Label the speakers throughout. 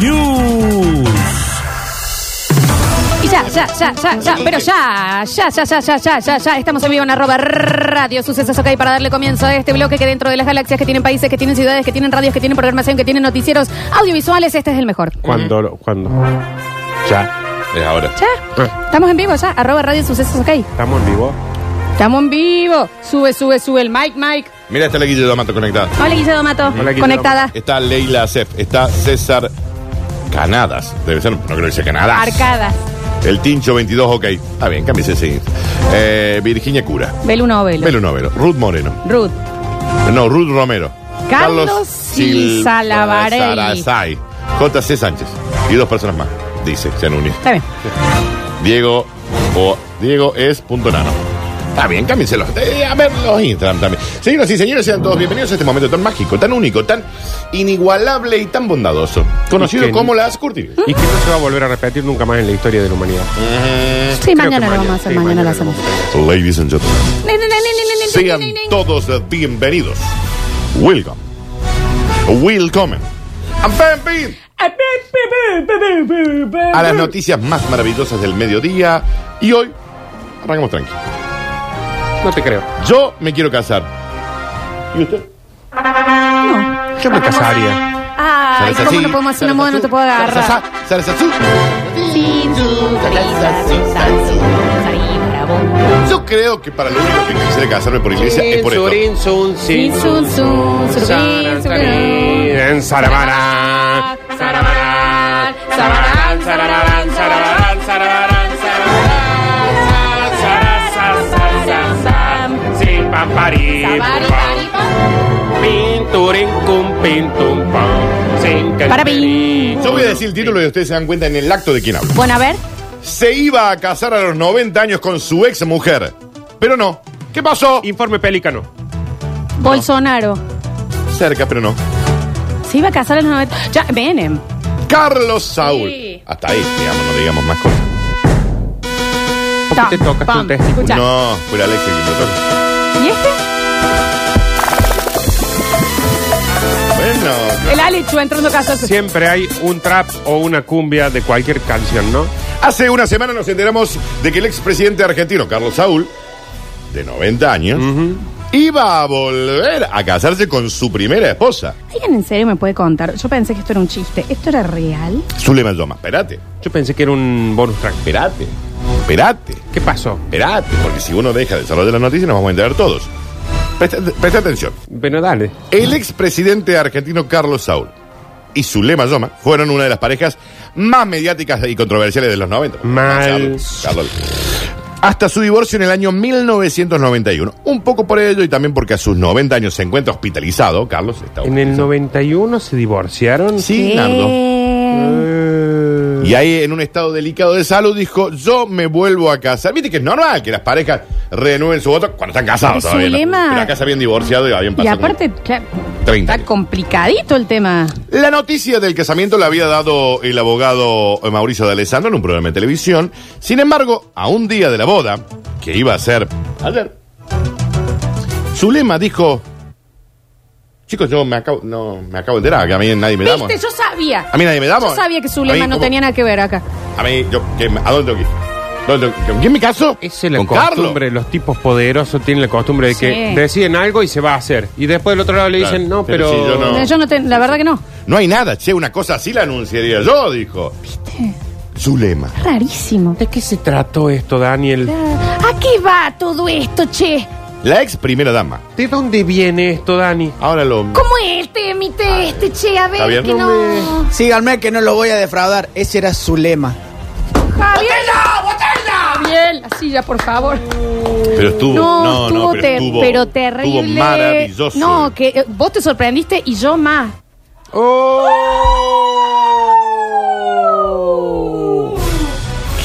Speaker 1: News.
Speaker 2: Y ya, ya, ya, ya, ya, pero ya, ya, ya, ya, ya, ya, ya, ya, estamos en vivo en arroba radio sucesos ok para darle comienzo a este bloque que dentro de las galaxias que tienen países, que tienen ciudades, que tienen radios, que tienen programación, que tienen noticieros audiovisuales, este es el mejor.
Speaker 3: ¿Cuándo? lo- ¿Cuándo? Ya.
Speaker 4: Es ahora.
Speaker 2: Ya, estamos en vivo ya, arroba radio sucesos ok.
Speaker 3: ¿Estamos en vivo?
Speaker 2: Estamos en vivo, sube, sube, sube el mic, Mike.
Speaker 4: Mira, está la Guillermo Mato conectada.
Speaker 2: Hola Guillermo Mato,
Speaker 3: Guillermo.
Speaker 2: conectada.
Speaker 4: Está Leila Acef. Está César Canadas. Debe ser, no creo que sea Canadas.
Speaker 2: Arcada,
Speaker 4: El Tincho 22, ok. Está bien, cámbiese ese. Eh, Virginia Cura.
Speaker 2: Beluno Ovelo,
Speaker 4: Belu Novelo. Ruth Moreno.
Speaker 2: Ruth,
Speaker 4: No, Ruth Romero.
Speaker 2: Carlos
Speaker 4: Sil-
Speaker 2: Salavarelli.
Speaker 4: Sarazay. J.C. Sánchez. Y dos personas más. Dice, se han unido.
Speaker 2: está bien.
Speaker 4: Diego o Diego es punto nano. Está bien, cámbienselo. Eh, a ver los Instagram también. Señoras y señores, sean todos bienvenidos a este momento tan mágico, tan único, tan inigualable y tan bondadoso. Conocido
Speaker 3: Y que-
Speaker 4: como las Curti.
Speaker 3: Y que no se va a volver a repetir nunca más en la historia de la humanidad.
Speaker 2: Sí,
Speaker 3: Creo
Speaker 2: mañana
Speaker 3: que
Speaker 2: lo vamos a hacer,
Speaker 3: sí,
Speaker 2: mañana lo
Speaker 3: mañana
Speaker 2: hacemos.
Speaker 4: Ladies and gentlemen, sean todos bienvenidos. Welcome. Welcome. And bem- A las noticias más maravillosas del mediodía. Y hoy, arrancamos tranqui.
Speaker 3: No te creo.
Speaker 4: Yo me quiero casar. ¿Y usted?
Speaker 3: Yo me casaría.
Speaker 2: Ay, ¿cómo no podemos hacer una moda? No te puedo agarrar.
Speaker 4: Yo creo que para lo único que quisiera casarme por iglesia es por esto.
Speaker 2: Sin sun, sun, surubí, surubí.
Speaker 3: En Saramara.
Speaker 2: Sarabarán, sarabarán, sarabarán, sarabarán, sarabarán, sarabarán, sarabarán,
Speaker 3: Sin paparí. Pinturín cum pintum pam. Sin
Speaker 2: Para mí.
Speaker 4: Yo voy a decir el título y ustedes se dan cuenta en el acto de quién hablo.
Speaker 2: Bueno, a ver.
Speaker 4: Se iba a casar a los 90 años con su ex mujer. Pero no. ¿Qué pasó?
Speaker 3: Informe pelícano.
Speaker 2: Bolsonaro.
Speaker 4: Cerca, pero no.
Speaker 2: Se iba a casar en los 90. Ya, Menem.
Speaker 4: Carlos Saúl.
Speaker 2: Sí.
Speaker 4: Hasta ahí, digamos, no digamos más cosas.
Speaker 3: ¿Por qué te tocas tu testículo?
Speaker 2: Escucha.
Speaker 4: No, fue la Alexia quien lo tocó.
Speaker 2: ¿Y este?
Speaker 4: Bueno,
Speaker 2: El Alichu entró en su casa.
Speaker 3: Siempre hay un trap o una cumbia de cualquier canción, ¿no?
Speaker 4: Hace una semana nos enteramos de que el expresidente argentino Carlos Saúl, de 90 años, iba a volver a casarse con su primera esposa,
Speaker 2: ¿Alguien en serio me puede contar? Yo pensé que esto era un chiste. ¿Esto era real?
Speaker 4: Zulema Yoma. Espérate,
Speaker 3: Yo pensé que era un bonus track.
Speaker 4: espérate, espérate,
Speaker 3: ¿Qué pasó?
Speaker 4: espérate, porque si uno deja de desarrollar la noticia nos vamos a enterar todos. Presta, presta atención.
Speaker 3: Bueno, dale.
Speaker 4: El expresidente argentino Carlos Saúl y Zulema Yoma fueron una de las parejas más mediáticas y controversiales de los 90.
Speaker 3: Mal.
Speaker 4: Carlos, Carlos. Hasta su divorcio en el año 1991. Un poco por ello y también porque a sus 90 años se encuentra hospitalizado. Carlos está
Speaker 3: En el 91 se divorciaron. Eh,
Speaker 4: Sí,
Speaker 2: ¿Qué?
Speaker 4: Nardo. Y ahí en un estado delicado de salud dijo, yo me vuelvo a casar. Viste que es normal que las parejas renueven su voto cuando están casados
Speaker 2: Pero
Speaker 4: todavía. ¿no?
Speaker 2: Zulema-
Speaker 4: Pero acá se habían divorciado y habían
Speaker 2: Y
Speaker 4: pasado como
Speaker 2: aparte, claro,
Speaker 4: 30
Speaker 2: está
Speaker 4: años.
Speaker 2: complicadito el tema.
Speaker 4: La noticia del casamiento la había dado el abogado eh, Mauricio de Alessandro en un programa de televisión. Sin embargo, a un día de la boda, que iba a ser ayer, Zulema dijo: Chicos, yo me acabo, no, me acabo de enterar que a mí nadie me da.
Speaker 2: Viste, yo sabía.
Speaker 4: A mí nadie me da.
Speaker 2: Yo sabía que Zulema no tenía nada que ver acá.
Speaker 4: A mí, yo, ¿qué- ¿a dónde tengo que ir? ¿Dónde tengo que ir? ¿Con quién me caso?
Speaker 3: Esa es la
Speaker 4: Con
Speaker 3: costumbre.
Speaker 4: Carlos.
Speaker 3: Los tipos poderosos tienen la costumbre de que
Speaker 2: Sí.
Speaker 3: deciden algo y se va a hacer. Y después del otro lado le
Speaker 4: Claro,
Speaker 3: dicen, no, pero.
Speaker 4: pero sí, yo No.
Speaker 2: Eh, Yo no te- la verdad que no.
Speaker 4: No hay nada, che, una cosa así la anunciaría yo, dijo. Zulema.
Speaker 2: Rarísimo.
Speaker 3: ¿De qué se trató esto, Daniel?
Speaker 2: ¿A qué va todo esto, che?
Speaker 4: La ex primera dama.
Speaker 3: ¿De dónde viene esto, Dani?
Speaker 4: Ahora lo.
Speaker 2: ¿Cómo es este, mi té, este, che? A
Speaker 4: ¿Está
Speaker 2: ver,
Speaker 4: bien?
Speaker 2: que no.
Speaker 5: Síganme que no lo voy a defraudar. Ese era su lema.
Speaker 2: Javier. Javier, así ya, por favor.
Speaker 4: Pero estuvo,
Speaker 2: No,
Speaker 4: no,
Speaker 2: estuvo,
Speaker 4: no,
Speaker 2: ter-
Speaker 4: pero, estuvo,
Speaker 2: pero terrible.
Speaker 4: Estuvo maravilloso.
Speaker 2: No, que eh, vos te sorprendiste y yo más.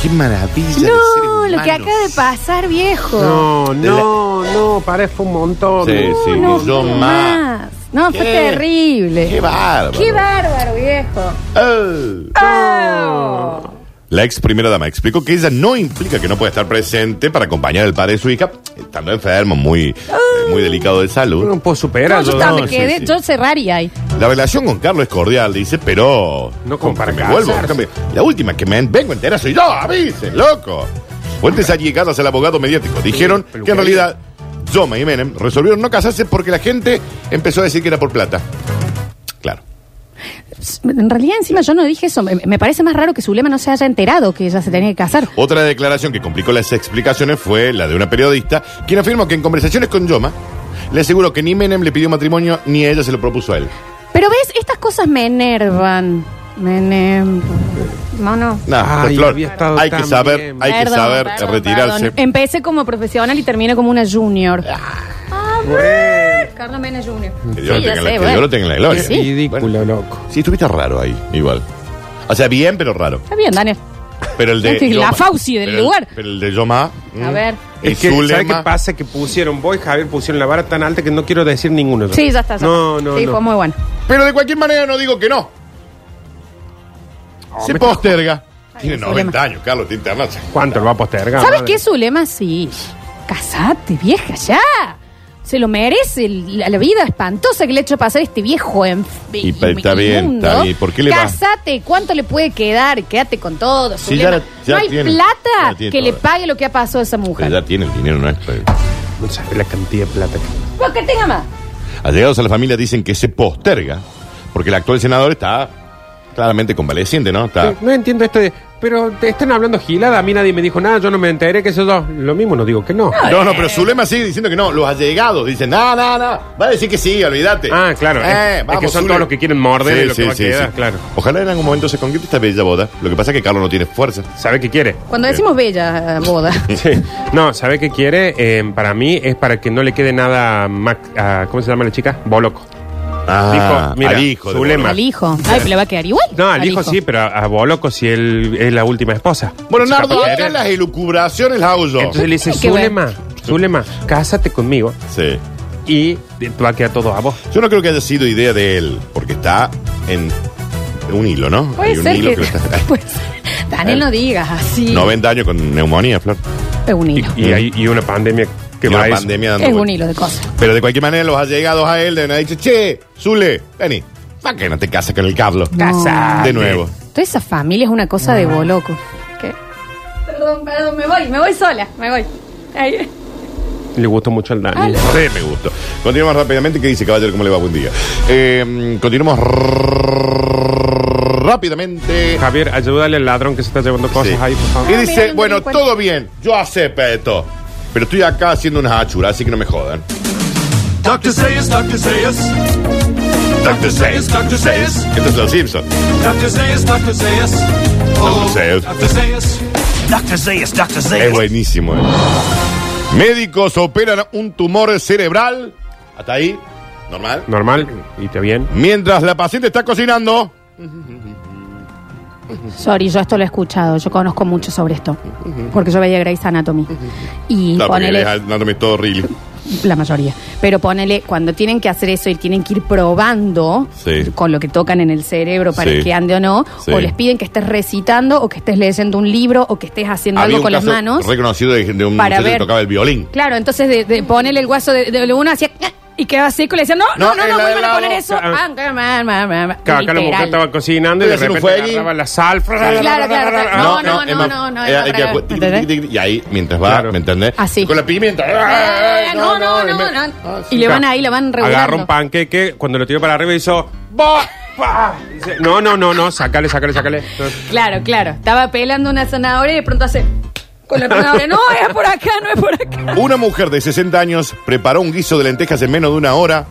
Speaker 4: Qué maravilla. de seres
Speaker 2: No, lo que
Speaker 4: humanos.
Speaker 2: acaba de pasar, viejo.
Speaker 3: No, no, no. No, parece un montón.
Speaker 4: Sí, sí,
Speaker 2: no,
Speaker 4: ni yo
Speaker 2: fue
Speaker 4: más.
Speaker 2: más. No, fue
Speaker 4: Qué-
Speaker 2: terrible.
Speaker 4: Qué bárbaro.
Speaker 2: Qué bárbaro, viejo.
Speaker 4: Oh.
Speaker 2: Oh.
Speaker 4: La ex primera dama explicó que ella no implica que no puede estar presente para acompañar al padre de su hija, estando enfermo, muy, eh, muy delicado de
Speaker 3: Yo
Speaker 4: salud.
Speaker 3: No puedo
Speaker 2: No,
Speaker 3: superar.
Speaker 2: yo
Speaker 3: yo
Speaker 2: estaba-
Speaker 3: no.
Speaker 2: me quedé,
Speaker 4: sí, sí.
Speaker 2: yo cerraría ahí.
Speaker 4: La relación con Carlos es cordial, dice, pero.
Speaker 3: No como para
Speaker 4: me vuelvo.
Speaker 3: casarse.
Speaker 4: me- La última que me vengo entera soy yo, avisen, loco. Fuentes allegadas al abogado mediático dijeron
Speaker 3: peluquería.
Speaker 4: que en realidad Zoma y Menem resolvieron no casarse porque la gente empezó a decir que era por plata. Claro.
Speaker 2: En realidad, encima yo no dije eso. Me, me parece más raro que Zulema no se haya enterado que ella se tenía que casar.
Speaker 4: Otra declaración que complicó las explicaciones fue la de una periodista, quien afirmó que en conversaciones con Yoma, le aseguró que ni Menem le pidió matrimonio ni ella se lo propuso a él.
Speaker 2: Pero ves, estas cosas me enervan. Me enervan. No, no.
Speaker 4: No,
Speaker 3: Ay,
Speaker 4: pues, Flor,
Speaker 3: había estado
Speaker 4: hay que
Speaker 3: tan
Speaker 4: saber,
Speaker 3: bien.
Speaker 4: hay que
Speaker 2: Perdón,
Speaker 4: saber
Speaker 2: perdón,
Speaker 4: retirarse.
Speaker 2: perdón. Empecé como profesional y terminé como una junior. Ah, bueno. Carlos Mena Junior.
Speaker 4: Que Dios,
Speaker 2: Sí,
Speaker 4: lo
Speaker 2: ya
Speaker 4: tenga
Speaker 2: sé,
Speaker 4: en la- que
Speaker 2: bueno.
Speaker 4: Dios lo tenga en la gloria.
Speaker 2: Sí.
Speaker 3: Ridículo, loco.
Speaker 4: Sí, estuviste raro ahí, igual. O sea, bien, pero raro.
Speaker 2: Está bien, Daniel.
Speaker 4: Pero el de.
Speaker 2: Este es la
Speaker 4: Yoma-
Speaker 2: Fauci del
Speaker 4: pero el-
Speaker 2: lugar. Ah.
Speaker 4: pero el de Yoma.
Speaker 2: A
Speaker 4: mm,
Speaker 2: ver.
Speaker 4: y
Speaker 3: Es que, ¿sabes qué
Speaker 4: Zulema,
Speaker 3: pasa? Que pusieron, vos y Javier pusieron la vara tan alta que no quiero decir ninguno. yo.
Speaker 2: Sí, ya está. ya
Speaker 3: No,
Speaker 2: está.
Speaker 3: no,
Speaker 2: Sí,
Speaker 3: no.
Speaker 2: fue muy bueno.
Speaker 4: Pero de cualquier manera no digo que no. se posterga. Tiene
Speaker 2: Zulema.
Speaker 4: 90 años, Carlos, te internas.
Speaker 3: ¿Cuánto lo va a postergar?
Speaker 4: Ah,
Speaker 2: ¿Sabes
Speaker 3: madre?
Speaker 2: qué, Zulema? Sí. Casate, vieja, ya. Se lo merece la, la vida espantosa que le ha hecho pasar este viejo en
Speaker 4: Y pa- está bien, está bien. ¿Por qué le va?
Speaker 2: Casate, ¿cuánto le puede quedar? Quédate con todo,
Speaker 4: Sí,
Speaker 2: Zulema.
Speaker 4: ya- ya
Speaker 2: no hay
Speaker 4: tiene-
Speaker 2: plata
Speaker 4: ya tiene
Speaker 2: que le
Speaker 4: todo.
Speaker 2: pague lo que ha pasado a esa mujer.
Speaker 4: Ella tiene el dinero, eh. no es. pero-
Speaker 3: No sabes la cantidad de plata que.
Speaker 2: Porque tenga más.
Speaker 4: Allegados a la familia dicen que se posterga porque el actual senador está claramente convaleciente, ¿no? Está.
Speaker 3: Eh, No entiendo esto de. Pero te están hablando gilada. A mí nadie me dijo nada. Yo no me enteré que eso yo. Lo mismo no digo que no.
Speaker 2: Ah.
Speaker 4: No,
Speaker 2: eh.
Speaker 4: no, pero Zulema sigue diciendo que no. Los allegados dicen, no, no, no. Va a decir que sí, olvídate.
Speaker 3: Ah, claro.
Speaker 4: Eh,
Speaker 3: es, es
Speaker 4: vamos,
Speaker 3: que son
Speaker 4: Zule.
Speaker 3: todos los que quieren morder
Speaker 4: Sí,
Speaker 3: lo
Speaker 4: sí,
Speaker 3: que va a
Speaker 4: sí,
Speaker 3: quedar,
Speaker 4: sí.
Speaker 3: claro.
Speaker 4: Ojalá en algún momento se concrete esta bella boda. Lo que pasa es que Carlos no tiene fuerza.
Speaker 3: ¿Sabe qué quiere?
Speaker 2: Cuando decimos bella eh, boda.
Speaker 3: Sí. No, ¿sabe qué quiere? Eh, para mí es para que no le quede nada a Mac- a- ¿Cómo se llama la chica? Boloco.
Speaker 4: Ah,
Speaker 3: Dijo, mira,
Speaker 4: al hijo de
Speaker 3: Zulema.
Speaker 2: Al hijo. Ay, pero le va a quedar igual.
Speaker 3: No, al, hijo, sí, pero a, a Boloco si él es la última esposa.
Speaker 4: Bueno,
Speaker 3: Chica
Speaker 4: Nardo,
Speaker 3: Pérez.
Speaker 4: acá las elucubraciones las hago yo.
Speaker 3: Entonces le dice,
Speaker 2: Ay, qué bueno.
Speaker 3: Zulema, Zulema, cásate conmigo
Speaker 4: Sí.
Speaker 3: y te va a quedar todo a vos.
Speaker 4: Yo no creo que haya sido idea de él, porque está en un hilo, ¿no? Hay
Speaker 2: Puede
Speaker 4: un
Speaker 2: ser
Speaker 4: hilo
Speaker 2: que.
Speaker 4: que lo está-
Speaker 2: Pues, Daniel, no digas así.
Speaker 4: 90 años con neumonía, Flor.
Speaker 2: Es un hilo.
Speaker 3: Y, hay, y una pandemia que
Speaker 4: Y
Speaker 3: va
Speaker 4: una
Speaker 3: a eso.
Speaker 4: pandemia dando
Speaker 2: Es un
Speaker 4: vueltas.
Speaker 2: hilo de cosas.
Speaker 4: Pero de cualquier manera, los allegados a él deben haber dicho, che, Zule, vení, ¿para que no te cases con el Carlos?
Speaker 3: Casate.
Speaker 4: De nuevo.
Speaker 2: Toda esa familia es una cosa de boloco. ¿Qué? Perdón, perdón, me voy, me voy sola, me voy. Ay,
Speaker 3: Le gustó mucho al Dani.
Speaker 4: Re me gustó. Continuamos rápidamente. ¿Qué dice caballero? ¿Cómo le va? Buen día. Eh, continuamos rrrr- rápidamente.
Speaker 3: Javier, ayúdale al ladrón que se está llevando cosas
Speaker 4: Sí.
Speaker 3: ahí, por favor.
Speaker 4: Y
Speaker 2: Ah, mira, no
Speaker 4: dice,
Speaker 2: me
Speaker 4: bueno,
Speaker 2: di cuenta.
Speaker 4: todo bien, yo acepto. Pero estoy acá haciendo unas achuras, así que no me jodan.
Speaker 6: Dr. Seuss, Dr. Seuss,
Speaker 4: Dr. Seuss,
Speaker 6: Dr. Seuss,
Speaker 4: Esto es los Simpsons.
Speaker 6: Dr. Seuss, Dr. Seuss. Oh,
Speaker 4: Seuss.
Speaker 6: Dr. Seuss. Dr. Seuss, Dr.
Speaker 4: Es
Speaker 6: Seuss.
Speaker 4: buenísimo. eh. Médicos operan un tumor cerebral. Hasta ahí, normal.
Speaker 3: Normal, y te bien.
Speaker 4: Mientras la paciente está
Speaker 2: Mm,
Speaker 4: cocinando,
Speaker 2: Sorry, yo esto lo he escuchado, yo conozco mucho sobre esto. Porque yo veía Grey's Anatomy. Y
Speaker 4: Claro, porque
Speaker 2: ponele.
Speaker 4: es Anatomy todo horrible.
Speaker 2: La mayoría. Pero ponele, cuando tienen que hacer eso y tienen que ir probando
Speaker 4: Sí.
Speaker 2: con lo que tocan en el cerebro para
Speaker 4: Sí.
Speaker 2: que ande o no,
Speaker 4: Sí.
Speaker 2: o les piden que estés recitando, o que estés leyendo un libro, o que estés haciendo algo
Speaker 4: Había un
Speaker 2: con las
Speaker 4: caso
Speaker 2: manos.
Speaker 4: reconocido de, de un
Speaker 2: para
Speaker 4: muchacho que
Speaker 2: ver.
Speaker 4: tocaba el violín.
Speaker 2: Claro, entonces de, de ponerle el guaso de, de uno hacía y quedaba seco y le decían, no, no,
Speaker 4: No,
Speaker 2: no,
Speaker 4: en
Speaker 2: no,
Speaker 4: la de
Speaker 2: vuelvan a
Speaker 4: lado.
Speaker 2: poner eso.
Speaker 3: Claro.
Speaker 2: Ah, ma, ma, ma, ma, ma.
Speaker 3: Claro, acá la mujer
Speaker 2: Literal.
Speaker 3: estaba cocinando y de
Speaker 4: Voy a hacer un
Speaker 3: repente
Speaker 4: fueguín.
Speaker 3: agarraba la sal.
Speaker 4: Claro,
Speaker 2: claro, claro. No, no, no,
Speaker 4: es más-
Speaker 2: no, no,
Speaker 4: eh,
Speaker 2: es más
Speaker 4: hay que
Speaker 2: para-
Speaker 4: acu- tic,
Speaker 2: ¿entendés?
Speaker 4: tic, tic, tic, Y ahí, mientras va,
Speaker 3: Claro.
Speaker 4: ¿me entendés?
Speaker 2: Así.
Speaker 4: Y Con la pimienta.
Speaker 2: Eh, No, no,
Speaker 4: y
Speaker 2: no,
Speaker 4: me-
Speaker 2: no.
Speaker 4: Ah, sí.
Speaker 2: Y le van ahí, le van
Speaker 3: Agarra un
Speaker 2: regulando.
Speaker 3: panqueque, cuando lo tiró para arriba hizo... "Bah, pa". Dice, No, no, no, no, sacale, sacale, sacale.
Speaker 2: Claro, claro. Estaba pelando una zanahoria y de pronto hace con la zanahoria. No, es por acá, no es por acá.
Speaker 4: Una mujer de 60 años preparó un guiso de lentejas en menos de una hora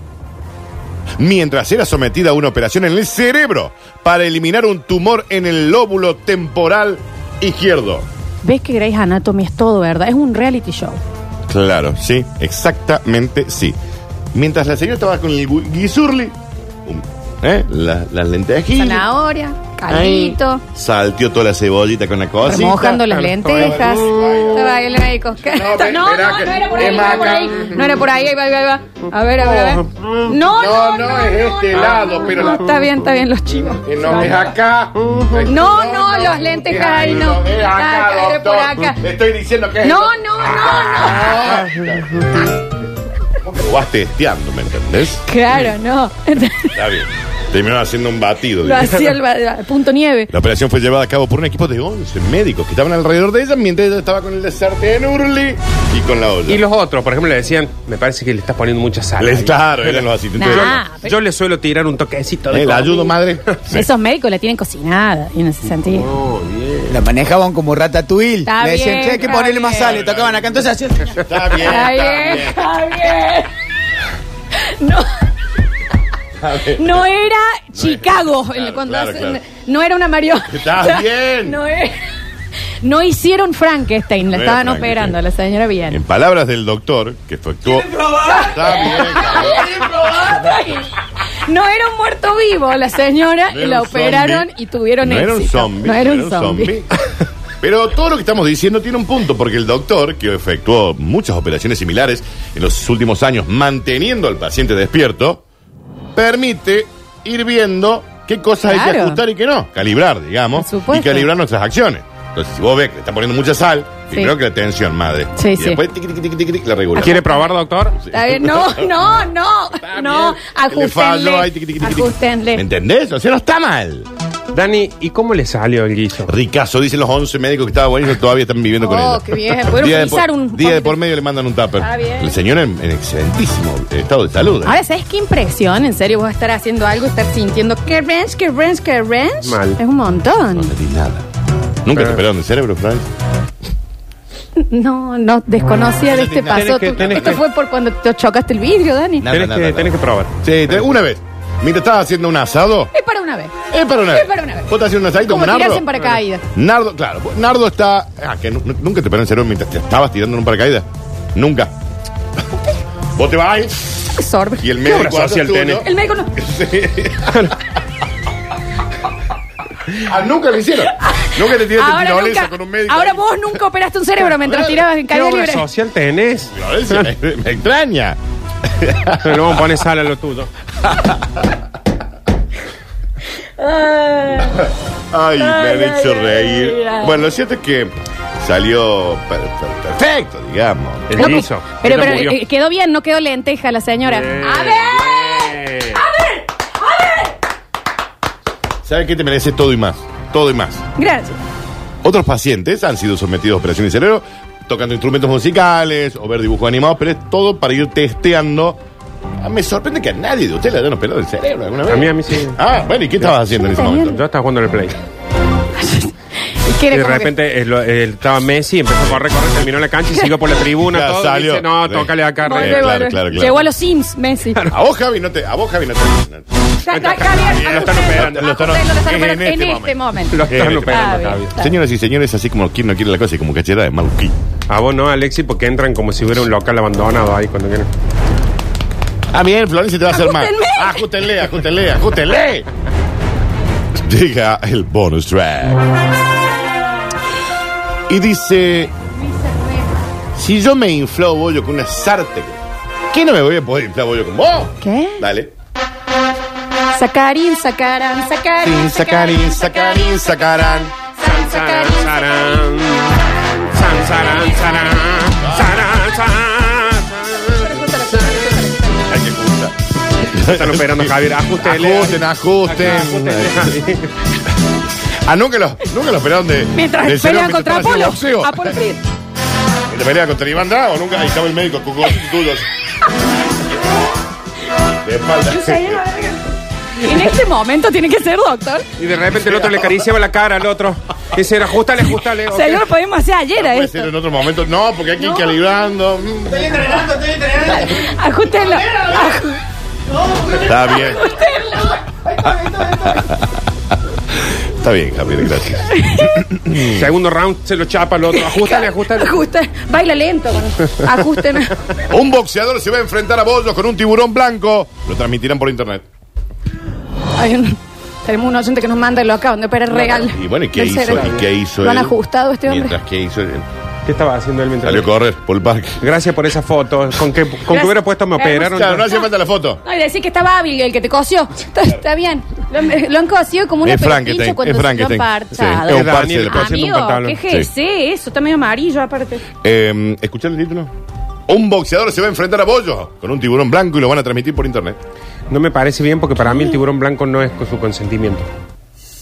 Speaker 4: mientras era sometida a una operación en el cerebro para eliminar un tumor en el lóbulo temporal izquierdo.
Speaker 2: Ves que Grey's Anatomy es todo, ¿verdad? Es un reality show.
Speaker 4: Claro, sí, exactamente sí. Mientras la señora estaba con el gu- guisurli, um, ¿eh? La- las lentejas.
Speaker 2: Zanahoria, Caldito.
Speaker 4: Salteó toda la cebollita con la cosa.
Speaker 2: Remojando las
Speaker 3: claro,
Speaker 2: lentejas.
Speaker 4: bueno.
Speaker 2: Estaba ahí el médico.
Speaker 4: No,
Speaker 2: No,
Speaker 4: ven,
Speaker 2: no,
Speaker 4: verá
Speaker 2: no,
Speaker 4: que-
Speaker 2: era por ahí, no era por ahí. No era por ahí, ahí va, ahí va, ahí va. A ver, a ver, a ver. No, no, no,
Speaker 4: Mm. No, no, es este lado, pero
Speaker 2: no,
Speaker 4: la-
Speaker 2: Está bien, está bien, los chicos.
Speaker 4: Eh, No es acá. No,
Speaker 2: No, no, los lentejas ahí no.
Speaker 4: Es acá,
Speaker 2: Acá, era por
Speaker 4: doctor.
Speaker 2: acá.
Speaker 4: Le estoy diciendo que es.
Speaker 2: No,
Speaker 4: esto.
Speaker 2: no, no, no.
Speaker 4: Lo vas testeando, ¿me entendés?
Speaker 2: Claro, no.
Speaker 4: Está bien. Terminó haciendo un batido.
Speaker 2: Lo
Speaker 4: digamos.
Speaker 2: hacía el ba- punto nieve.
Speaker 4: La operación fue llevada a cabo por un equipo de 11 médicos que estaban alrededor de ella mientras ella estaba con el desarte en Urli y con la olla.
Speaker 3: Y los otros, por ejemplo, le decían, me parece que le estás poniendo mucha sal.
Speaker 4: Les-
Speaker 3: ahí".
Speaker 4: claro, eran los asistentes.
Speaker 2: Nah.
Speaker 4: de
Speaker 2: Ah,
Speaker 4: ella.
Speaker 3: Yo- Yo le suelo tirar un toquecito de
Speaker 4: Eh, ¿La
Speaker 3: comida.
Speaker 4: ayudo, madre? Sí.
Speaker 2: Esos médicos la tienen cocinada en ese sentido.
Speaker 5: La manejaban como ratatouille.
Speaker 2: Está
Speaker 5: Le decían,
Speaker 2: bien,
Speaker 5: che, hay que
Speaker 2: está
Speaker 5: ponerle más
Speaker 2: bien.
Speaker 5: sal. Le tocaban acá. Entonces hacían.
Speaker 4: Está bien.
Speaker 2: Está bien,
Speaker 4: está
Speaker 2: está bien. No.
Speaker 4: bien.
Speaker 2: No era Chicago el- cuando
Speaker 4: claro,
Speaker 2: hacen-
Speaker 4: claro.
Speaker 2: no era una marioneta.
Speaker 4: Está bien.
Speaker 2: No, era- no hicieron Frankenstein, la
Speaker 4: No era
Speaker 2: estaban
Speaker 4: Frankenstein.
Speaker 2: operando a la señora
Speaker 4: En
Speaker 2: bien.
Speaker 4: palabras del doctor que efectuó. Está bien. está bien.
Speaker 2: No era un muerto vivo la señora
Speaker 4: No
Speaker 2: y
Speaker 4: era
Speaker 2: la
Speaker 4: un
Speaker 2: operaron
Speaker 4: zombie.
Speaker 2: y tuvieron
Speaker 4: no
Speaker 2: éxito.
Speaker 4: Era un zombie,
Speaker 2: no era un zombie.
Speaker 4: Pero todo lo que estamos diciendo tiene un punto, porque el doctor, que efectuó muchas operaciones similares en los últimos años, manteniendo al paciente despierto, permite ir viendo qué cosas hay que
Speaker 2: Claro.
Speaker 4: ajustar y qué no. Calibrar, digamos.
Speaker 2: Por supuesto.
Speaker 4: Y calibrar nuestras acciones. Entonces, si vos ves que le está poniendo mucha sal,
Speaker 2: Sí.
Speaker 4: primero que la tensión, madre.
Speaker 2: Sí,
Speaker 4: y
Speaker 2: sí.
Speaker 4: después tiqui, tiqui, tiqui, tiqui, la regular.
Speaker 3: ¿Quiere probar, doctor?
Speaker 2: Está bien, no, no, no, no,
Speaker 4: Le falló
Speaker 2: ajustenle,
Speaker 4: ahí, tiqui, tiqui, tiqui, tiqui. ¿Me
Speaker 2: ajustenle.
Speaker 4: entendés? O sea, no está mal.
Speaker 3: Dani, ¿y cómo le salió el guiso?
Speaker 4: Ricazo, dicen los 11 médicos que estaba buenísimo, todavía están viviendo con él.
Speaker 2: Oh, qué bien, pudieron
Speaker 4: día de
Speaker 2: utilizar
Speaker 4: por,
Speaker 2: un
Speaker 4: día de
Speaker 2: poquito.
Speaker 4: por medio le mandan un tupper.
Speaker 2: Está bien.
Speaker 4: El señor en, en excelentísimo estado de salud. ¿eh?
Speaker 2: Ahora, ¿sabes qué impresión? En serio, vos estar haciendo algo, estar sintiendo que ranch, que ranch, que ranch.
Speaker 3: Mal.
Speaker 2: Es un montón.
Speaker 4: No le di nada. Nunca
Speaker 3: Pero-
Speaker 4: te operaron el cerebro, Frank.
Speaker 2: No, no, desconocía de este
Speaker 3: Tenés
Speaker 2: paso.
Speaker 3: que-
Speaker 2: Tú-
Speaker 3: tenés
Speaker 2: Esto
Speaker 3: que-
Speaker 2: fue por cuando te chocaste el vidrio, Dani.
Speaker 4: Nada,
Speaker 3: Tenés
Speaker 4: nada,
Speaker 3: que-
Speaker 4: nada.
Speaker 3: tenés que probar.
Speaker 4: Sí, te- una vez. Mientras estabas haciendo un asado.
Speaker 2: Es para una vez.
Speaker 4: Es para una
Speaker 2: Es
Speaker 4: vez.
Speaker 2: para una vez.
Speaker 4: Vos estás haciendo un asadito
Speaker 2: Como
Speaker 4: con
Speaker 2: tirarse
Speaker 4: Nardo.
Speaker 2: en paracaídas.
Speaker 4: Nardo, claro. Nardo está. Ah, que nu- nu- nunca te operaron el cerebro mientras te estabas tirando en un paracaídas. Nunca. Vos te vas
Speaker 2: Sorbe.
Speaker 4: y el
Speaker 3: obra
Speaker 4: médico atrás
Speaker 3: social
Speaker 4: tuyo.
Speaker 3: tenés?
Speaker 2: El médico no.
Speaker 4: Ah, nunca lo hicieron. Nunca te tiraste
Speaker 2: Ahora,
Speaker 4: tirolesa
Speaker 2: nunca-
Speaker 4: con un médico.
Speaker 2: ahora vos nunca operaste un cerebro mientras tirabas en
Speaker 3: ¿Qué
Speaker 2: caída
Speaker 3: obra
Speaker 2: libre.
Speaker 3: social tenés?
Speaker 4: Tirolesa, me, me extraña.
Speaker 3: Luego me pones sal a lo tuyo.
Speaker 2: Ah.
Speaker 4: Ay, me han
Speaker 2: ay,
Speaker 4: hecho
Speaker 2: ay,
Speaker 4: reír.
Speaker 2: ay, ay.
Speaker 4: Bueno, lo cierto es que salió per- per- perfecto, digamos.
Speaker 3: El
Speaker 2: No,
Speaker 3: guiso.
Speaker 2: pero
Speaker 3: Ella
Speaker 2: pero
Speaker 3: murió.
Speaker 2: eh, quedó bien, no quedó lenteja la señora.
Speaker 3: Bien,
Speaker 2: A ver.
Speaker 3: bien.
Speaker 4: ¿Sabes qué te merece todo y más? Todo y más.
Speaker 2: Gracias.
Speaker 4: Otros pacientes han sido sometidos a operaciones de cerebro tocando instrumentos musicales o ver dibujos animados, pero es todo para ir testeando. Ah, me sorprende que a nadie de ustedes le hayan operado el cerebro alguna vez.
Speaker 3: A mí, a mí sí.
Speaker 4: Ah, bueno, ¿y qué estabas haciendo en ese
Speaker 2: Daniel.
Speaker 4: momento?
Speaker 3: Yo estaba jugando en el play.
Speaker 2: Que
Speaker 3: Y
Speaker 2: era
Speaker 3: de
Speaker 2: como que-
Speaker 3: repente eh, lo- eh, estaba Messi, empezó a correr, correr, terminó en la cancha y siguió por la tribuna.
Speaker 4: Ya
Speaker 3: todo, y
Speaker 4: salió.
Speaker 3: dice, no,
Speaker 4: Sí.
Speaker 3: tócale acá,
Speaker 4: Volvé,
Speaker 3: re-
Speaker 4: claro, claro, claro.
Speaker 2: Llegó a los Sims, Messi.
Speaker 4: A vos, Javi, no te. A vos, Javi, no te.
Speaker 2: Ya está, está bien,
Speaker 3: Lo están
Speaker 2: ajustelo,
Speaker 3: operando, lo
Speaker 4: eh, están-
Speaker 2: ajustelo, lo están
Speaker 4: es en
Speaker 2: operando en
Speaker 4: este
Speaker 2: este momento.
Speaker 3: Lo están
Speaker 4: Eh,
Speaker 2: Está
Speaker 3: operando,
Speaker 2: Ah, bien,
Speaker 3: Javi.
Speaker 2: está bien.
Speaker 4: Señoras y señores, así como quien no quiere la cosa y como cachera de maluquín.
Speaker 3: A vos no, Alexi, porque entran como si hubiera un local abandonado ahí cuando vienen.
Speaker 4: Ah, bien, Florencia te va a hacer mal.
Speaker 2: Ajústenme.
Speaker 4: Ah, Ajustenle, ajustenle, ajustenle. Llega el bonus track. Y dice: Si yo me inflo bollo con una sartén, ¿qué no me voy a poder inflar bollo con vos?
Speaker 2: ¿Qué?
Speaker 4: Dale.
Speaker 2: Sacarín, sacarán, sacarín,
Speaker 4: Sin sacarín, sacarín, sacarán.
Speaker 2: sacarín, sacarín, sacarín.
Speaker 4: Hay que ajustar.
Speaker 3: Están operando, Javier. Ajustele.
Speaker 4: Ajusten, ajusten.
Speaker 3: Ajusten.
Speaker 4: Ah, nunca los, nunca los operaron de.
Speaker 2: Mientras
Speaker 4: del cerebro
Speaker 2: pelean contra
Speaker 4: mientras
Speaker 2: Apolo.
Speaker 4: hacían boxeo.
Speaker 2: Apolo Creed.
Speaker 4: ¿Te peleas contra Iván Drago? Nunca. Ahí estaba el médico, con tuyos. De espalda.
Speaker 2: En este momento tiene que ser, doctor.
Speaker 3: Y de repente el otro le acariciaba la cara al otro. Dice, ajustale, ajustale. ok.
Speaker 2: Señor, lo podemos hacer ayer eh. a
Speaker 4: Puede
Speaker 2: esto.
Speaker 4: ser en otro momento. No, porque hay que ir calibrando. Mm.
Speaker 2: Ajustenlo.
Speaker 4: Está bien. Está bien, Javier, gracias.
Speaker 3: Segundo round se lo chapa al otro. Ajustale, ajustale.
Speaker 2: Ajusten. Baila lento. Ajusten.
Speaker 4: Un boxeador se va a enfrentar a Bollos con un tiburón blanco. Lo transmitirán por internet.
Speaker 2: Hay un- Tenemos un oyente que nos manda y lo acaban de operar regal.
Speaker 4: Y bueno, ¿y qué
Speaker 2: Del
Speaker 4: hizo?
Speaker 2: cerebro.
Speaker 4: ¿Y qué hizo
Speaker 2: ¿Lo han
Speaker 4: él?
Speaker 2: ajustado este hombre?
Speaker 4: Mientras que hizo él.
Speaker 3: ¿Qué estaba haciendo él mientras?
Speaker 4: Salió a correr por el parque.
Speaker 3: Gracias por esa foto. Con que, con que
Speaker 2: Gracias.
Speaker 3: hubiera puesto me operaron.
Speaker 4: Claro, no hacía falta la foto.
Speaker 2: No, y decir que estaba hábil el que te cosió. Está, está bien. Lo, han- lo han cosido como una
Speaker 4: Es Frankenstein,
Speaker 2: pelopincho cuando
Speaker 4: es
Speaker 2: se lo han
Speaker 4: Frankenstein.
Speaker 2: parchado.
Speaker 4: Sí, es un
Speaker 3: Daniel,
Speaker 4: parche de la
Speaker 3: está haciendo un
Speaker 2: Amigo,
Speaker 3: pantalón.
Speaker 2: ¿qué GC eso? Está medio amarillo aparte.
Speaker 4: Eh, ¿Escucharon el título? Un boxeador se va a enfrentar a Bollo con un tiburón blanco y lo van a transmitir por internet.
Speaker 3: No me parece bien porque para mí el tiburón blanco no es con su consentimiento.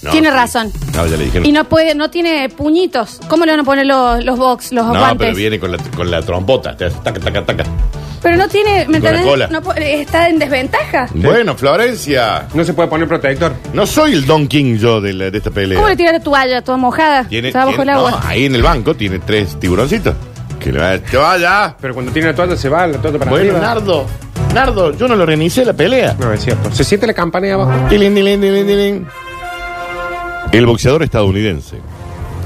Speaker 4: No,
Speaker 2: Tiene
Speaker 4: sí.
Speaker 2: razón.
Speaker 4: No, ya le dijeron.
Speaker 2: Y no puede, no tiene puñitos. ¿Cómo le van a poner los, los box, los
Speaker 4: No,
Speaker 2: guantes?
Speaker 4: pero viene con la, con la trompota. te hace Taca, taca, taca.
Speaker 2: Pero no tiene, ¿me
Speaker 4: Con la
Speaker 2: entendés?
Speaker 4: cola.
Speaker 2: No po- está en desventaja.
Speaker 4: Bueno, Florencia.
Speaker 3: No se puede poner protector.
Speaker 4: No soy el Don King yo de, la- de esta pelea.
Speaker 2: ¿Cómo le tiras la toalla toda mojada?
Speaker 4: Tiene-
Speaker 2: Está bajo
Speaker 4: tiene-
Speaker 2: el agua.
Speaker 4: no, ahí en el banco tiene tres tiburoncitos. Que le va a decir, vaya.
Speaker 3: Pero cuando tiene la toalla se va, la toalla para
Speaker 4: Bueno,
Speaker 3: arriba.
Speaker 4: Nardo. Nardo, yo no lo organicé la pelea.
Speaker 3: No, es cierto. Se siente la campana ahí abajo.
Speaker 4: Tilín, tilín, tilín, tilín. El boxeador estadounidense.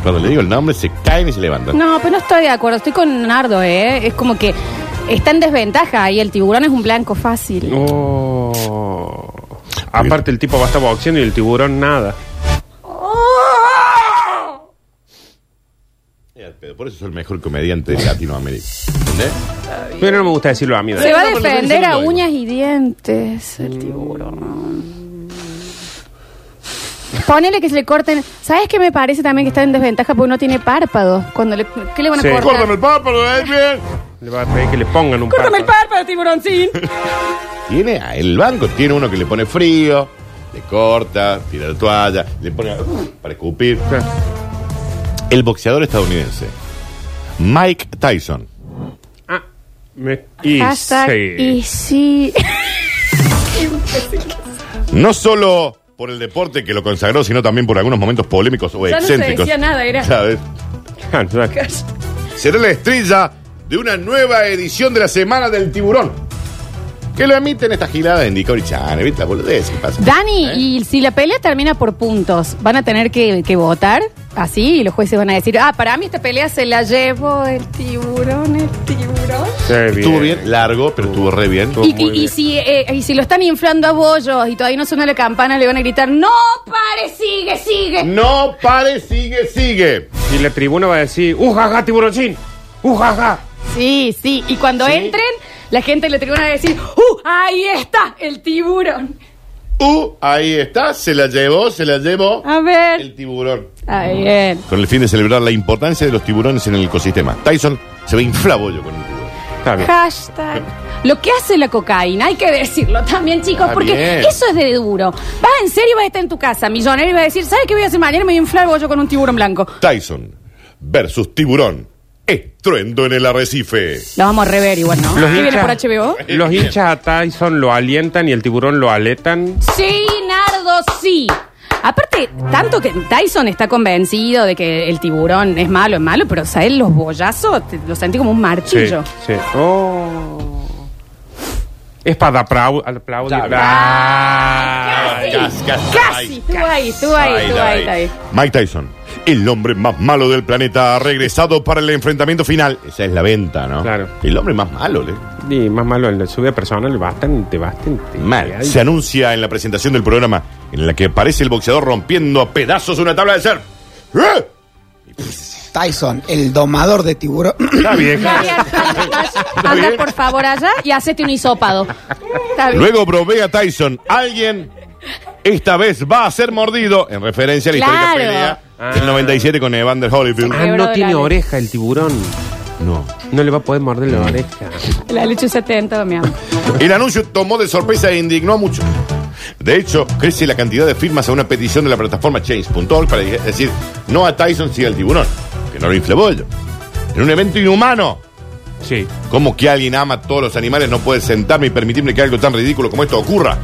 Speaker 4: Cuando le digo el nombre, se caen y se levantan.
Speaker 2: No, pero no estoy de acuerdo. Estoy con Nardo, ¿eh? Es como que está en desventaja y el tiburón es un blanco fácil.
Speaker 3: Oh. Aparte el tipo va a estar boxeando y el tiburón nada.
Speaker 4: Eh, pero Por eso soy el mejor comediante de Latinoamérica. ¿Entendés?
Speaker 3: Pero no me gusta decirlo a mí.
Speaker 2: Se
Speaker 3: Dani.
Speaker 2: va a
Speaker 4: no, pero lo
Speaker 2: defender
Speaker 4: estoy
Speaker 2: a
Speaker 4: diciendo,
Speaker 2: uñas y dientes
Speaker 4: Mm.
Speaker 2: el tiburón. Ponele que se le corten. ¿Sabes qué me parece también que está en desventaja? Porque no tiene párpados. Cuando le, ¿Qué le van a
Speaker 3: Sí.
Speaker 2: cortar?
Speaker 4: ¡Córtame el párpado, eh, bien!
Speaker 3: Le va a pedir que le pongan un
Speaker 2: ¡Córtame el
Speaker 3: párpado.
Speaker 2: párpado, tiburoncín!
Speaker 4: Tiene a- el banco, tiene uno que le pone frío, le corta, tira la toalla, le pone uh, para escupir.
Speaker 3: Claro.
Speaker 4: El boxeador estadounidense, Mike Tyson.
Speaker 3: Ah, me- y
Speaker 2: Hashtag
Speaker 3: sí.
Speaker 2: y sí.
Speaker 4: No solo por el deporte que lo consagró, sino también por algunos momentos polémicos o
Speaker 2: Ya no se
Speaker 4: excéntricos.
Speaker 2: decía nada, era-
Speaker 4: ¿Sabes?
Speaker 3: Claro, claro.
Speaker 4: Será la estrella de una nueva edición de la Semana del Tiburón. Que lo emiten estas giladas en Discovery Channel, ¿viste? La boludez que pasa.
Speaker 2: Dani,
Speaker 4: ¿Eh?
Speaker 2: y si la pelea termina por puntos, ¿van a tener que, que votar? Así, y los jueces van a decir, ah, para mí esta pelea se la llevo el tiburón, el tiburón.
Speaker 3: Se ve
Speaker 4: Estuvo bien, largo, pero estuvo re bien.
Speaker 2: Y,
Speaker 3: Estuvo muy
Speaker 2: y- y
Speaker 3: bien.
Speaker 2: si, eh, y si lo están inflando a bollos y todavía no suena la campana, le van a gritar, no pare, sigue, sigue.
Speaker 4: No pare, sigue, sigue.
Speaker 3: Y la tribuna va a decir, "Uh, ujaja, tiburoncín, ujaja.
Speaker 2: Sí, sí. Y cuando entren, la gente de la tribuna va a decir, ¡uh! Ahí está el tiburón.
Speaker 4: Uh, ahí está, se la llevó, se la llevó
Speaker 2: A ver.
Speaker 4: el tiburón.
Speaker 2: Ahí bien.
Speaker 4: Con el fin de celebrar la importancia de los tiburones en el ecosistema. Tyson se ve inflabollo con el tiburón.
Speaker 3: Está bien.
Speaker 2: Hashtag. Lo que hace la cocaína, hay que decirlo también, chicos,
Speaker 4: Está
Speaker 2: porque
Speaker 4: bien.
Speaker 2: eso es de duro. Vas en serio y vas a estar en tu casa, millonario, y vas a decir, ¿sabes qué voy a hacer mañana? Me voy a inflar el bollo con un tiburón blanco.
Speaker 4: Tyson versus tiburón. Estruendo en el arrecife.
Speaker 2: Lo vamos a rever igual, ¿no?
Speaker 3: Los
Speaker 2: ¿Qué viene
Speaker 3: hinchas-
Speaker 2: por HBO?
Speaker 3: Los hinchas a Tyson lo alientan y el tiburón lo aletan.
Speaker 2: Sí, Nardo, sí. Aparte, tanto que Tyson está convencido de que el tiburón es malo, es malo, pero ¿sabes? Los bollazos te- los sentí como un
Speaker 3: Sí,
Speaker 2: marchillo.
Speaker 3: sí. Oh. Es para aplau- aplaudir. Ah.
Speaker 2: Ay,
Speaker 4: Casi, casi.
Speaker 2: Casi, tú ahí, tú ahí,
Speaker 4: Ay,
Speaker 2: tú
Speaker 4: ay.
Speaker 2: ahí, tú ahí.
Speaker 4: Mike Tyson, el hombre más malo del planeta, ha regresado para el enfrentamiento final. Esa es la venta, ¿no?
Speaker 3: Claro.
Speaker 4: El hombre más malo, ¿le?
Speaker 3: Y más malo, en la subida personal, bastante, bastante.
Speaker 4: Mal.
Speaker 3: Ay,
Speaker 4: Se anuncia en la presentación del programa en la que aparece el boxeador rompiendo a pedazos una tabla de ser. ¡Eh!
Speaker 5: Tyson, el domador de tiburón.
Speaker 3: Está bien.
Speaker 2: Javier, anda por favor allá y hacete un hisopado. Está bien.
Speaker 4: Luego bromea Tyson. Alguien esta vez va a ser mordido. En referencia a la
Speaker 2: Claro.
Speaker 4: histórica pelea del
Speaker 3: Ah.
Speaker 4: 97 con Evander
Speaker 3: Ah,
Speaker 4: Holyfield.
Speaker 3: no tiene oreja el tiburón. Ah. Mm.
Speaker 4: No.
Speaker 3: No le va a poder morder la oreja.
Speaker 2: La leche 70, mi amor.
Speaker 4: El anuncio tomó de sorpresa e indignó mucho. De hecho, crece la cantidad de firmas a una petición de la plataforma Change.org para de- decir no a Tyson, sí al tiburón, que no lo infle bollo. En un evento inhumano,
Speaker 3: Sí.
Speaker 4: ¿Cómo que alguien ama a todos los animales no puede sentarme y permitirme que algo tan ridículo como esto ocurra?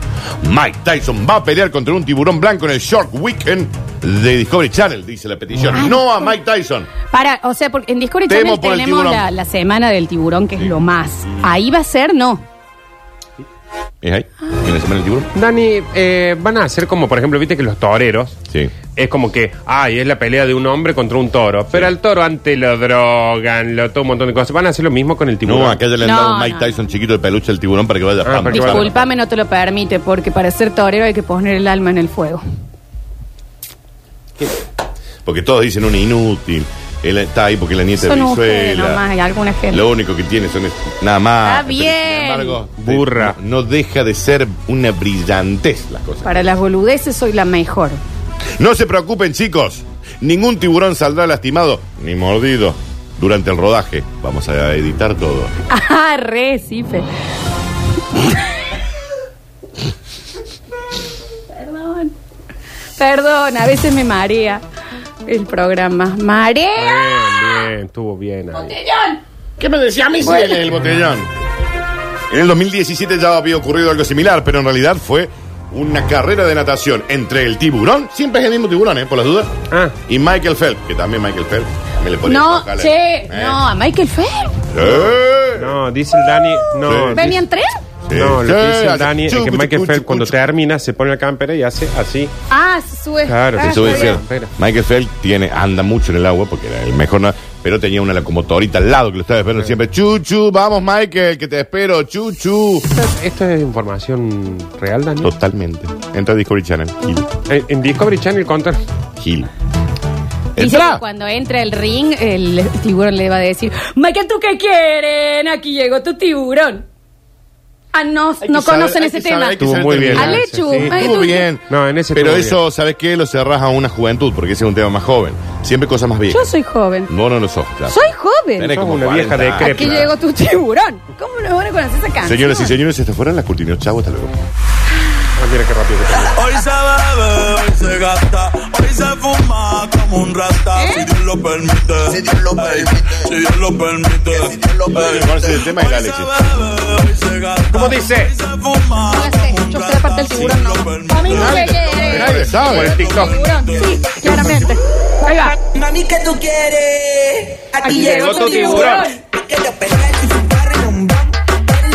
Speaker 4: Mike Tyson va a pelear contra un tiburón blanco en el Shark Weekend de Discovery Channel, dice la petición. No a Mike Tyson.
Speaker 2: Para, o sea, porque en Discovery
Speaker 4: Temo
Speaker 2: Channel
Speaker 4: por el
Speaker 2: tenemos
Speaker 4: tiburón.
Speaker 2: la, la semana del tiburón, que es lo más. Ahí va a ser, no.
Speaker 4: ¿Es ahí? ¿En la semana del tiburón?
Speaker 3: Dani, eh, van a hacer como, por ejemplo, viste que los toreros
Speaker 4: Sí.
Speaker 3: es como que, ay, es la pelea de un hombre contra un toro. Pero al toro antes lo drogan, lo todo un montón de cosas. Van a hacer lo mismo con el tiburón.
Speaker 4: No, acá ya le han
Speaker 2: No,
Speaker 4: dado un Mike
Speaker 2: no.
Speaker 4: Tyson chiquito de peluche al tiburón para que vaya
Speaker 3: Ah,
Speaker 4: pam,
Speaker 3: para que
Speaker 4: pam.
Speaker 3: vaya.
Speaker 2: Disculpame, no te lo permite, porque para ser torero hay que poner el alma en el fuego.
Speaker 4: ¿Qué? Porque todos dicen un inútil. Él está ahí porque es la nieta
Speaker 2: Son
Speaker 4: de
Speaker 2: ustedes
Speaker 4: Venezuela.
Speaker 2: nomás, hay alguna gente.
Speaker 4: Lo único que tiene son es- nada más.
Speaker 2: Está bien.
Speaker 4: Sin embargo, eh,
Speaker 3: Burra.
Speaker 4: No, no deja de ser una brillantez las cosas.
Speaker 2: Para las boludeces soy la mejor.
Speaker 4: No se preocupen, chicos. Ningún tiburón saldrá lastimado ni mordido durante el rodaje. Vamos a editar todo.
Speaker 2: Ah, re, sí, Fe. Perdón. Perdón, a veces me marea el programa. ¡Marea!
Speaker 3: Bien, bien, estuvo bien ahí.
Speaker 4: ¿Qué me decía a mí el botellón? En el 2017 ya había ocurrido algo similar, pero en realidad fue una carrera de natación entre el tiburón, siempre es el mismo tiburón, ¿eh? Por las dudas.
Speaker 3: Ah.
Speaker 4: Y Michael Phelps, que también Michael Phelps. Me le ponía
Speaker 2: No,
Speaker 4: ojalá.
Speaker 2: che,
Speaker 4: Eh.
Speaker 2: no, a Michael Fer.
Speaker 4: Eh.
Speaker 3: No, dice el Dani. No,
Speaker 4: Sí.
Speaker 3: dice-
Speaker 2: ¿Venían tres?
Speaker 3: no, lo que dice el
Speaker 4: hace
Speaker 3: Dani es
Speaker 4: chucu,
Speaker 3: que
Speaker 4: chucu,
Speaker 3: Michael Phelps
Speaker 4: chucu,
Speaker 3: cuando
Speaker 4: chucu.
Speaker 3: termina se pone la campera y hace así.
Speaker 2: Ah, se sube.
Speaker 3: Claro,
Speaker 2: Ah,
Speaker 3: se
Speaker 4: Eso voy a
Speaker 2: está
Speaker 4: decir.
Speaker 2: bien.
Speaker 3: Espera.
Speaker 4: Michael Phelps tiene, anda mucho en el agua porque era el mejor, na- pero tenía una locomotorita al lado que lo estaba esperando siempre. Chuchu, vamos Michael, que te espero, chuchu.
Speaker 3: ¿Esto es información real, Dani?
Speaker 4: Totalmente. Entra a Discovery Channel. Gil.
Speaker 3: En, en Discovery Channel contra.
Speaker 4: Gil.
Speaker 2: Dice que
Speaker 4: Entra.
Speaker 2: cuando entra el ring, el tiburón le va a decir, Michael, ¿tú qué quieren? Aquí llegó tu tiburón. Ah, no,
Speaker 4: Hay que
Speaker 2: no
Speaker 4: saber-
Speaker 2: conocen
Speaker 4: hay
Speaker 2: ese
Speaker 4: que saber-
Speaker 2: tema.
Speaker 4: hay que
Speaker 3: Estuvo
Speaker 4: saber
Speaker 3: muy bien.
Speaker 4: terminar.
Speaker 2: Alechu,
Speaker 3: Sí,
Speaker 2: Ay,
Speaker 4: Estuvo
Speaker 2: tú-
Speaker 4: bien.
Speaker 3: No, en ese
Speaker 4: Pero
Speaker 3: estuvo
Speaker 4: eso, ¿sabes qué? Lo cerrás a una juventud, porque ese es un tema más joven. Siempre cosas más
Speaker 2: Yo
Speaker 4: viejas.
Speaker 2: soy joven.
Speaker 4: No, no lo sos. ya.
Speaker 2: Soy joven.
Speaker 4: Tenés
Speaker 3: Sos
Speaker 4: como
Speaker 3: una vieja
Speaker 4: 40.
Speaker 3: decrépita.
Speaker 2: Aquí llegó tu tiburón. ¿Cómo no van a conocer esa canción?
Speaker 4: Señoras y señores, estas fueron las cortinas. Chavo, hasta luego.
Speaker 3: Ah, mira qué rápido que termina.
Speaker 7: Hoy se bebe, hoy se gasta, hoy se fuma como un rata,
Speaker 2: ¿Eh?
Speaker 7: si Dios lo permite, si Dios lo permite, si Dios lo permite, si Dios lo
Speaker 4: permite. Ahora sí, el tema es la leche.
Speaker 7: Hoy se gasta,
Speaker 3: ¿Cómo dice?
Speaker 7: hoy se fuma
Speaker 2: No la sé,
Speaker 7: como un
Speaker 2: yo sé la parte del
Speaker 7: rata,
Speaker 2: tiburón,
Speaker 7: si
Speaker 2: no.
Speaker 7: Dios lo permite.
Speaker 2: A mí no me
Speaker 4: Nadie
Speaker 2: quiere.
Speaker 3: Por
Speaker 4: sabe.
Speaker 3: el TikTok.
Speaker 2: Tiburón, sí, claramente. Ahí va.
Speaker 8: Mami, ¿qué tú quieres? A
Speaker 2: Aquí
Speaker 8: ti
Speaker 2: llegó tu tiburón.
Speaker 8: Que lo pegas y su barra en un bam.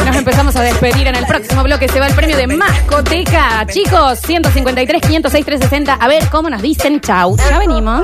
Speaker 2: Nos empezamos a despedir en el próximo bloque. Se va el premio de Mascoteca. Chicos, 153, 506, 360. A ver cómo nos dicen chau. Ya venimos.